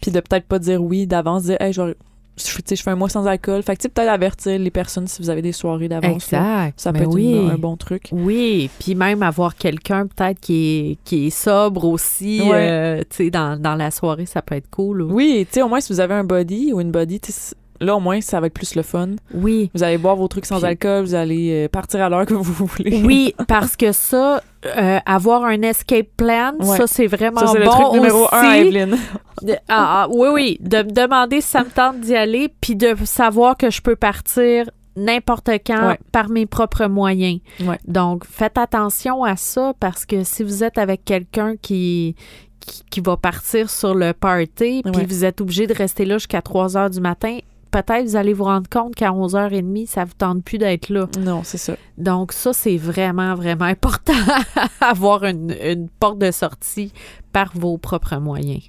Speaker 2: puis de peut-être pas dire oui d'avance dire hey je vais- je, fais- tu sais, je fais un mois sans alcool fait que tu sais, peut-être avertir les personnes si vous avez des soirées d'avance là.
Speaker 1: Exact.
Speaker 2: ça peut
Speaker 1: Mais
Speaker 2: être
Speaker 1: oui.
Speaker 2: une- un bon truc
Speaker 1: Oui, puis même avoir quelqu'un peut-être qui est, qui est sobre aussi,
Speaker 2: Ouais.
Speaker 1: euh, tu sais, dans, dans la soirée, ça peut être cool. là.
Speaker 2: oui tu sais au moins si vous avez un body ou une body tu sais, c'est- là au moins ça va être plus le fun
Speaker 1: Oui.
Speaker 2: vous allez boire vos trucs sans
Speaker 1: Puis-
Speaker 2: alcool vous allez euh, partir à l'heure que vous voulez
Speaker 1: Oui, parce que ça, euh, avoir un escape plan,
Speaker 2: Ouais.
Speaker 1: ça, c'est vraiment
Speaker 2: ça c'est
Speaker 1: bon
Speaker 2: le truc numéro
Speaker 1: aussi.
Speaker 2: un à Evelyne
Speaker 1: De- ah, ah, oui, oui. De me demander si ça me tente d'y aller, puis de savoir que je peux partir n'importe quand
Speaker 2: Ouais.
Speaker 1: par mes propres moyens.
Speaker 2: Ouais.
Speaker 1: Donc, faites attention à ça parce que si vous êtes avec quelqu'un qui, qui, qui va partir sur le party, puis
Speaker 2: Ouais.
Speaker 1: vous êtes obligé de rester là jusqu'à 3 heures du matin, peut-être vous allez vous rendre compte qu'à 11h30, ça vous tente plus d'être là.
Speaker 2: non c'est ça
Speaker 1: Donc, ça, c'est vraiment, vraiment important, avoir une, une porte de sortie par vos propres moyens.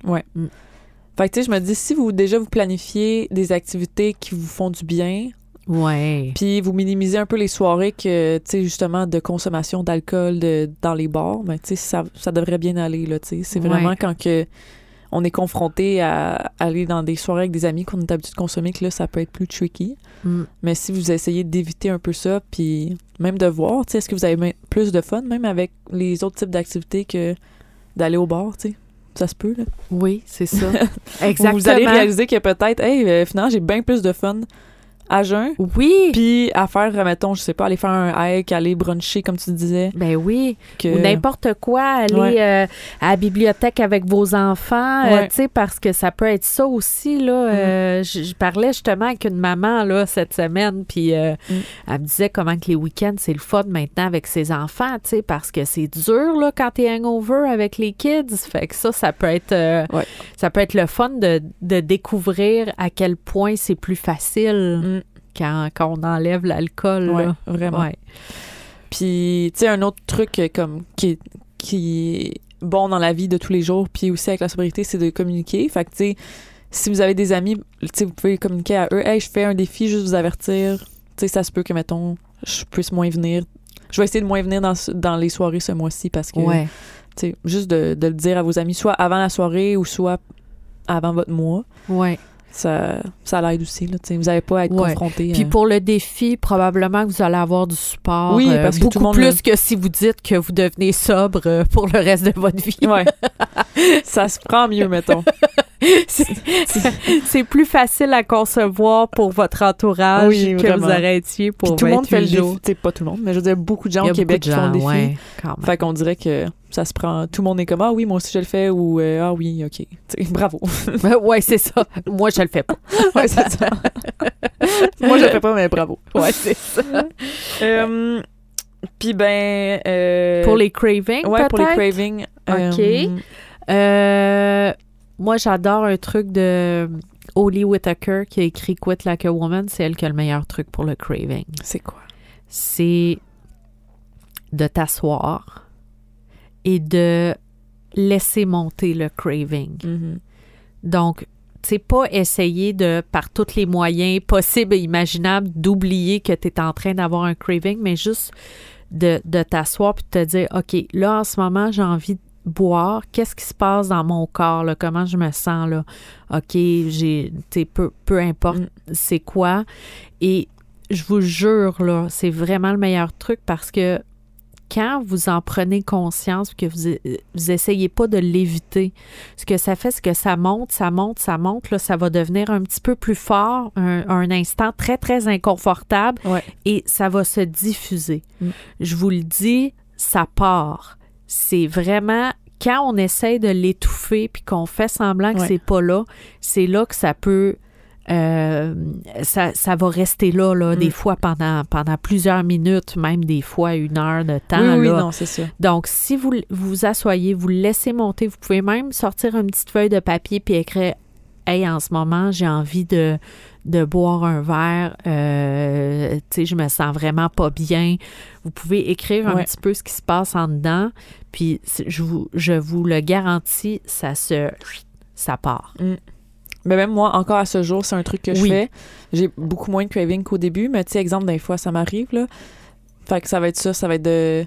Speaker 2: fait que tu sais je me dis si vous déjà vous planifiez des activités qui vous font du bien
Speaker 1: Ouais.
Speaker 2: Puis vous minimisez un peu les soirées que, tu sais, justement, de consommation d'alcool de- dans les bars, mais tu sais, ça, ça devrait bien aller, là, tu sais. C'est
Speaker 1: Ouais.
Speaker 2: vraiment quand que on est confronté à aller dans des soirées avec des amis qu'on est habitué de consommer que là, ça peut être plus tricky.
Speaker 1: Mm.
Speaker 2: Mais si vous essayez d'éviter un peu ça, puis même de voir, tu sais, est-ce que vous avez même plus de fun, même avec les autres types d'activités que d'aller au bar, tu sais. Ça se peut, là.
Speaker 1: Oui, c'est ça.
Speaker 2: Ou
Speaker 1: Exactement.
Speaker 2: Vous allez réaliser que peut-être, hey, euh, finalement, j'ai bien plus de fun à jeun
Speaker 1: Oui.
Speaker 2: puis à faire, mettons, je sais pas, aller faire un hike, aller bruncher, comme tu disais.
Speaker 1: Ben oui,
Speaker 2: Que...
Speaker 1: ou n'importe quoi, aller
Speaker 2: Ouais.
Speaker 1: euh, à la bibliothèque avec vos enfants, euh,
Speaker 2: Ouais. Mm.
Speaker 1: tu sais, parce que ça peut être ça aussi, là. Euh, je, je parlais justement avec une maman, là, cette semaine, puis euh,
Speaker 2: Mm.
Speaker 1: elle me disait comment que les week-ends, c'est le fun maintenant avec ses enfants, tu sais, parce que c'est dur, là, quand t'es hangover avec les kids. Fait que ça, ça peut être, euh,
Speaker 2: Ouais.
Speaker 1: ça peut être le fun de, de découvrir à quel point c'est plus facile
Speaker 2: Mm.
Speaker 1: quand, quand on enlève l'alcool,
Speaker 2: Ouais,
Speaker 1: là.
Speaker 2: vraiment.
Speaker 1: Ouais.
Speaker 2: Puis, tu sais, un autre truc euh, comme qui est, qui est bon dans la vie de tous les jours, puis aussi avec la sobriété, c'est de communiquer. Fait que, tu sais, si vous avez des amis, tu sais, vous pouvez communiquer à eux. Hey, je fais un défi, juste vous avertir. Tu sais, ça se peut que, mettons, je puisse moins venir. Je vais essayer de moins venir dans, ce- dans les soirées ce mois-ci parce que,
Speaker 1: Ouais.
Speaker 2: tu sais, juste de, de le dire à vos amis, soit avant la soirée ou soit avant votre mois.
Speaker 1: Ouais.
Speaker 2: ça, ça l'aide aussi. Là, tu sais, vous n'avez pas à être
Speaker 1: Ouais.
Speaker 2: confronté.
Speaker 1: Puis
Speaker 2: euh,
Speaker 1: pour le défi, probablement que vous allez avoir du support.
Speaker 2: Oui,
Speaker 1: euh,
Speaker 2: parce que
Speaker 1: beaucoup
Speaker 2: tout le monde
Speaker 1: plus que si vous dites que vous devenez sobre euh, pour le reste de votre vie.
Speaker 2: Ouais. ça se prend mieux, mettons.
Speaker 1: C'est plus facile à concevoir pour votre entourage
Speaker 2: Oui,
Speaker 1: que
Speaker 2: vraiment.
Speaker 1: vous aurez étiez
Speaker 2: Puis
Speaker 1: pour
Speaker 2: tout le monde fait le
Speaker 1: 28
Speaker 2: défi.
Speaker 1: jours.
Speaker 2: Tu sais, pas tout le monde, mais je veux dire, beaucoup de gens
Speaker 1: Il y a
Speaker 2: au Québec
Speaker 1: beaucoup de gens,
Speaker 2: qui font le défi.
Speaker 1: ouais, quand même.
Speaker 2: Fait qu'on dirait que ça se prend. Tout le monde est comme Ah oui, moi aussi je le fais ou euh, Ah oui, OK. Tu sais, bravo.
Speaker 1: ouais, c'est ça. Moi, je le fais pas.
Speaker 2: Ouais, c'est ça. moi je le fais pas, mais bravo.
Speaker 1: Ouais, c'est ça.
Speaker 2: Euh, Puis ben. euh,
Speaker 1: Pour les cravings,
Speaker 2: Ouais, pour les
Speaker 1: peut-être?
Speaker 2: cravings. euh,
Speaker 1: Ok. Euh, moi, j'adore un truc de Holly Whittaker qui a écrit Quit Like a Woman. C'est elle qui a le meilleur truc pour le craving.
Speaker 2: c'est quoi?
Speaker 1: c'est de t'asseoir et de laisser monter le craving.
Speaker 2: Mhm.
Speaker 1: Donc, tu sais, pas essayer de, par tous les moyens possibles et imaginables, d'oublier que tu es en train d'avoir un craving, mais juste de, de t'asseoir puis de te dire, OK, là, en ce moment, j'ai envie de boire. Qu'est-ce qui se passe dans mon corps? Là? Comment je me sens? Là? OK, j'ai, tu sais, peu, peu importe
Speaker 2: Mm.
Speaker 1: c'est quoi. Et je vous jure, là, c'est vraiment le meilleur truc parce que quand vous en prenez conscience, que vous, euh, vous essayez pas de l'éviter, ce que ça fait, c'est que ça monte, ça monte, ça monte, là, ça va devenir un petit peu plus fort, un, un instant très, très inconfortable
Speaker 2: Ouais.
Speaker 1: et ça va se diffuser.
Speaker 2: Mm.
Speaker 1: Je vous le dis, ça part. C'est vraiment quand on essaie de l'étouffer puis qu'on fait semblant que
Speaker 2: Ouais.
Speaker 1: c'est pas là, c'est là que ça peut. euh, ça, ça va rester là, là des
Speaker 2: Mm.
Speaker 1: fois pendant, pendant plusieurs minutes, même des fois une heure de temps.
Speaker 2: oui, oui,
Speaker 1: là.
Speaker 2: non, c'est ça.
Speaker 1: Donc, si vous l- vous asseyez, vous le laissez monter, vous pouvez même sortir une petite feuille de papier puis écrire Hey, en ce moment, j'ai envie de, de boire un verre. Euh, tu sais, je me sens vraiment pas bien. Vous pouvez écrire un
Speaker 2: Ouais.
Speaker 1: petit peu ce qui se passe en dedans. Puis, c'est- je vous, je vous le garantis, ça se. Ça part.
Speaker 2: Mais Ben, même moi, encore à ce jour, c'est un truc que je
Speaker 1: Oui.
Speaker 2: fais. J'ai beaucoup moins de craving qu'au début, mais tu sais, exemple, des fois, ça m'arrive, là. Fait que ça va être ça, ça va être de.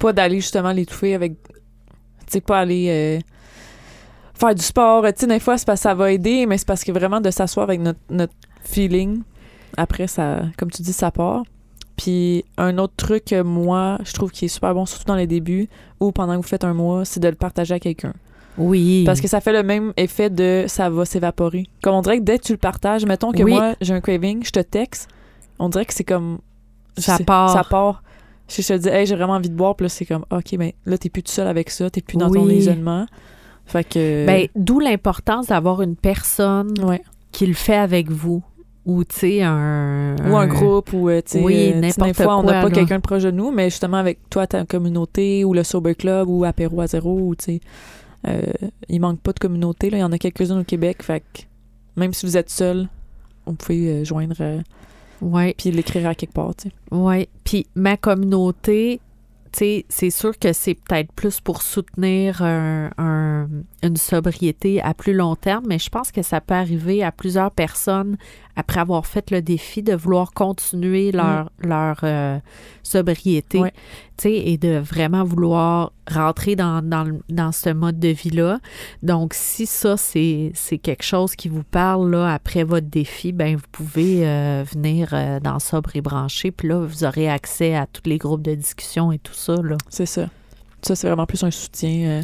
Speaker 2: Pas d'aller justement l'étouffer avec. Tu sais, pas aller. euh, faire du sport. Tu sais, des fois, c'est parce que ça va aider, mais c'est parce que vraiment de s'asseoir avec notre, notre feeling. Après, ça. Comme tu dis, ça part. Puis un autre truc que moi, je trouve qui est super bon, surtout dans les débuts ou pendant que vous faites un mois, c'est de le partager à quelqu'un.
Speaker 1: Oui.
Speaker 2: Parce que ça fait le même effet de ça va s'évaporer. Comme on dirait que dès que tu le partages, mettons que
Speaker 1: Oui.
Speaker 2: moi j'ai un craving, je te texte, on dirait que c'est comme.
Speaker 1: Ça
Speaker 2: c'est-
Speaker 1: part.
Speaker 2: Ça part. Je je te dis, hey, j'ai vraiment envie de boire, puis là c'est comme, ok, ben là t'es plus tout seul avec ça, t'es plus dans ton
Speaker 1: Oui.
Speaker 2: isolement. Fait que.
Speaker 1: Ben, d'où l'importance d'avoir une personne
Speaker 2: ouais.
Speaker 1: qui le fait avec vous. Ou, tu sais, un.
Speaker 2: Ou un groupe, ou euh, tu sais,
Speaker 1: Oui,
Speaker 2: euh, tu sais,
Speaker 1: n'importe
Speaker 2: Des fois, on n'a
Speaker 1: quoi,
Speaker 2: pas
Speaker 1: là.
Speaker 2: quelqu'un de proche de nous, mais justement avec toi, ta communauté, ou le Sober Club, ou Apéro à zéro, ou tu sais. euh, il manque pas de communauté, là. Il y en a quelques-unes au Québec, fait que même si vous êtes seul, vous pouvez euh, joindre. euh,
Speaker 1: Ouais.
Speaker 2: puis l'écrire à quelque part, tu sais.
Speaker 1: Oui, puis ma communauté, tu sais, c'est sûr que c'est peut-être plus pour soutenir un- un- une sobriété à plus long terme, mais je pense que ça peut arriver à plusieurs personnes après avoir fait le défi de vouloir continuer leur, leur euh, sobriété,
Speaker 2: Ouais.
Speaker 1: tu sais, et de vraiment vouloir rentrer dans, dans, le- dans ce mode de vie-là. Donc, si ça, c'est c'est quelque chose qui vous parle là, après votre défi, ben vous pouvez euh, venir euh, dans Sobre et Branché, puis là, vous aurez accès à tous les groupes de discussion et tout ça, là.
Speaker 2: C'est ça. Ça, c'est vraiment plus un soutien euh,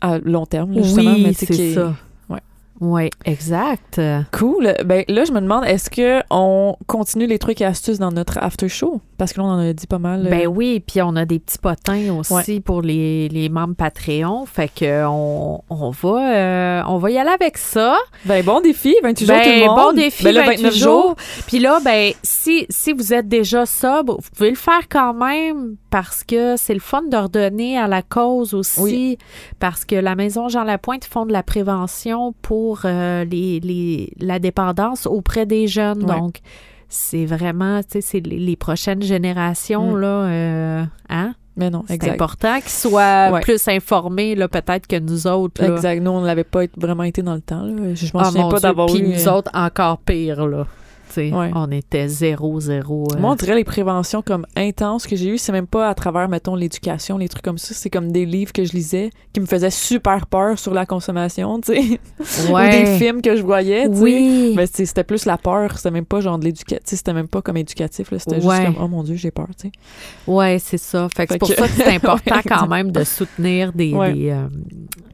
Speaker 2: à long terme, là, justement. mais tu sais, qui est-
Speaker 1: Oui,
Speaker 2: ouais.
Speaker 1: ouais, exact.
Speaker 2: Cool. Ben là, je me demande, est-ce que on continue les trucs et astuces dans notre after show? Parce que là, on en a dit pas mal. euh,
Speaker 1: Ben oui, puis on a des petits potins aussi pour les, les membres Patreon, fait que on, on va euh, on va y aller avec ça.
Speaker 2: ben, bon défi, 28 jours
Speaker 1: Ben,
Speaker 2: tout le monde.
Speaker 1: Bon défi,
Speaker 2: ben, là,
Speaker 1: 28
Speaker 2: 29
Speaker 1: jours. Puis là, ben, si, si vous êtes déjà sobre, vous pouvez le faire quand même parce que c'est le fun de redonner à la cause aussi.
Speaker 2: Oui.
Speaker 1: Parce que la Maison Jean Lapointe font de la prévention pour euh, les, les- la dépendance auprès des jeunes.
Speaker 2: Ouais.
Speaker 1: Donc, c'est vraiment, tu sais, c'est les, les prochaines générations,
Speaker 2: Mm.
Speaker 1: là, euh, hein?
Speaker 2: Mais non,
Speaker 1: C'est
Speaker 2: exact.
Speaker 1: important qu'ils soient
Speaker 2: Ouais.
Speaker 1: plus informés, là, peut-être que nous autres, là.
Speaker 2: Exact. Nous, on l'avait pas été- vraiment été dans le temps. Là. Je m'en
Speaker 1: Ah,
Speaker 2: souviens
Speaker 1: mon
Speaker 2: pas
Speaker 1: Dieu,
Speaker 2: d'avoir
Speaker 1: Puis
Speaker 2: eu.
Speaker 1: nous
Speaker 2: euh,
Speaker 1: autres, encore pire, là. Tu sais,
Speaker 2: Ouais.
Speaker 1: On était zéro, zéro. euh,
Speaker 2: Moi, on dirait les préventions comme intenses que j'ai eues, c'est même pas à travers, mettons, l'éducation, les trucs comme ça. C'est comme des livres que je lisais qui me faisaient super peur sur la consommation, tu sais. Ou
Speaker 1: ouais.
Speaker 2: des films que je voyais, tu sais.
Speaker 1: Oui.
Speaker 2: Mais c'est- c'était plus la peur, c'était même pas genre de l'éducatif, c'était même pas comme éducatif, là. C'était
Speaker 1: Ouais.
Speaker 2: juste comme, oh mon Dieu, j'ai peur, tu sais.
Speaker 1: Ouais, c'est ça. Fait que c'est
Speaker 2: Fait
Speaker 1: pour
Speaker 2: que-
Speaker 1: ça que c'est important
Speaker 2: Ouais,
Speaker 1: quand même de soutenir des
Speaker 2: Ouais.
Speaker 1: des, euh,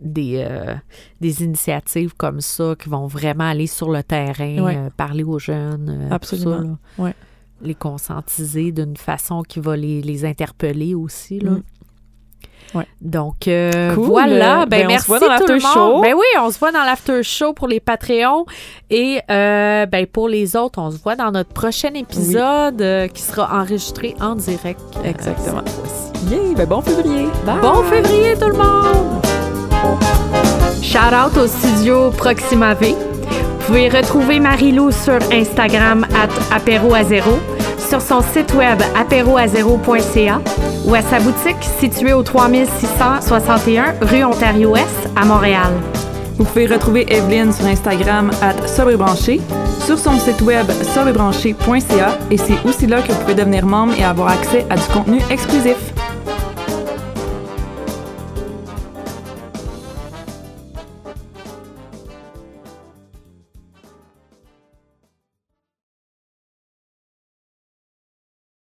Speaker 1: des, euh, des initiatives comme ça qui vont vraiment aller sur le terrain,
Speaker 2: Ouais.
Speaker 1: euh, parler aux jeunes, euh, tout
Speaker 2: Absolument.
Speaker 1: ça, là.
Speaker 2: Ouais.
Speaker 1: les conscientiser d'une façon qui va les, les interpeller aussi là.
Speaker 2: Mm. Ouais.
Speaker 1: Donc euh,
Speaker 2: Cool.
Speaker 1: voilà, ben,
Speaker 2: Ben, on se
Speaker 1: merci
Speaker 2: voit dans
Speaker 1: tout le
Speaker 2: l'after
Speaker 1: monde.
Speaker 2: show.
Speaker 1: Ben oui, on se voit dans l'after show pour les Patreons et euh, ben pour les autres, on se voit dans notre prochain épisode euh, qui sera enregistré en direct. euh,
Speaker 2: Exactement.
Speaker 1: cette fois-ci.
Speaker 2: Yay, ben bon février. Bye.
Speaker 1: Bon février tout le monde! Shout out au studio Proxima V.
Speaker 3: Vous pouvez retrouver Marie-Lou sur Instagram at apéroazéro, sur son site web apéroazéro.ca ou à sa boutique située au 3661 rue Ontario-Ouest à Montréal.
Speaker 4: Vous pouvez retrouver Evelyne sur Instagram at Sobrebranché, sur son site web sobrebranché.ca et c'est aussi là que vous pouvez devenir membre et avoir accès à du contenu exclusif.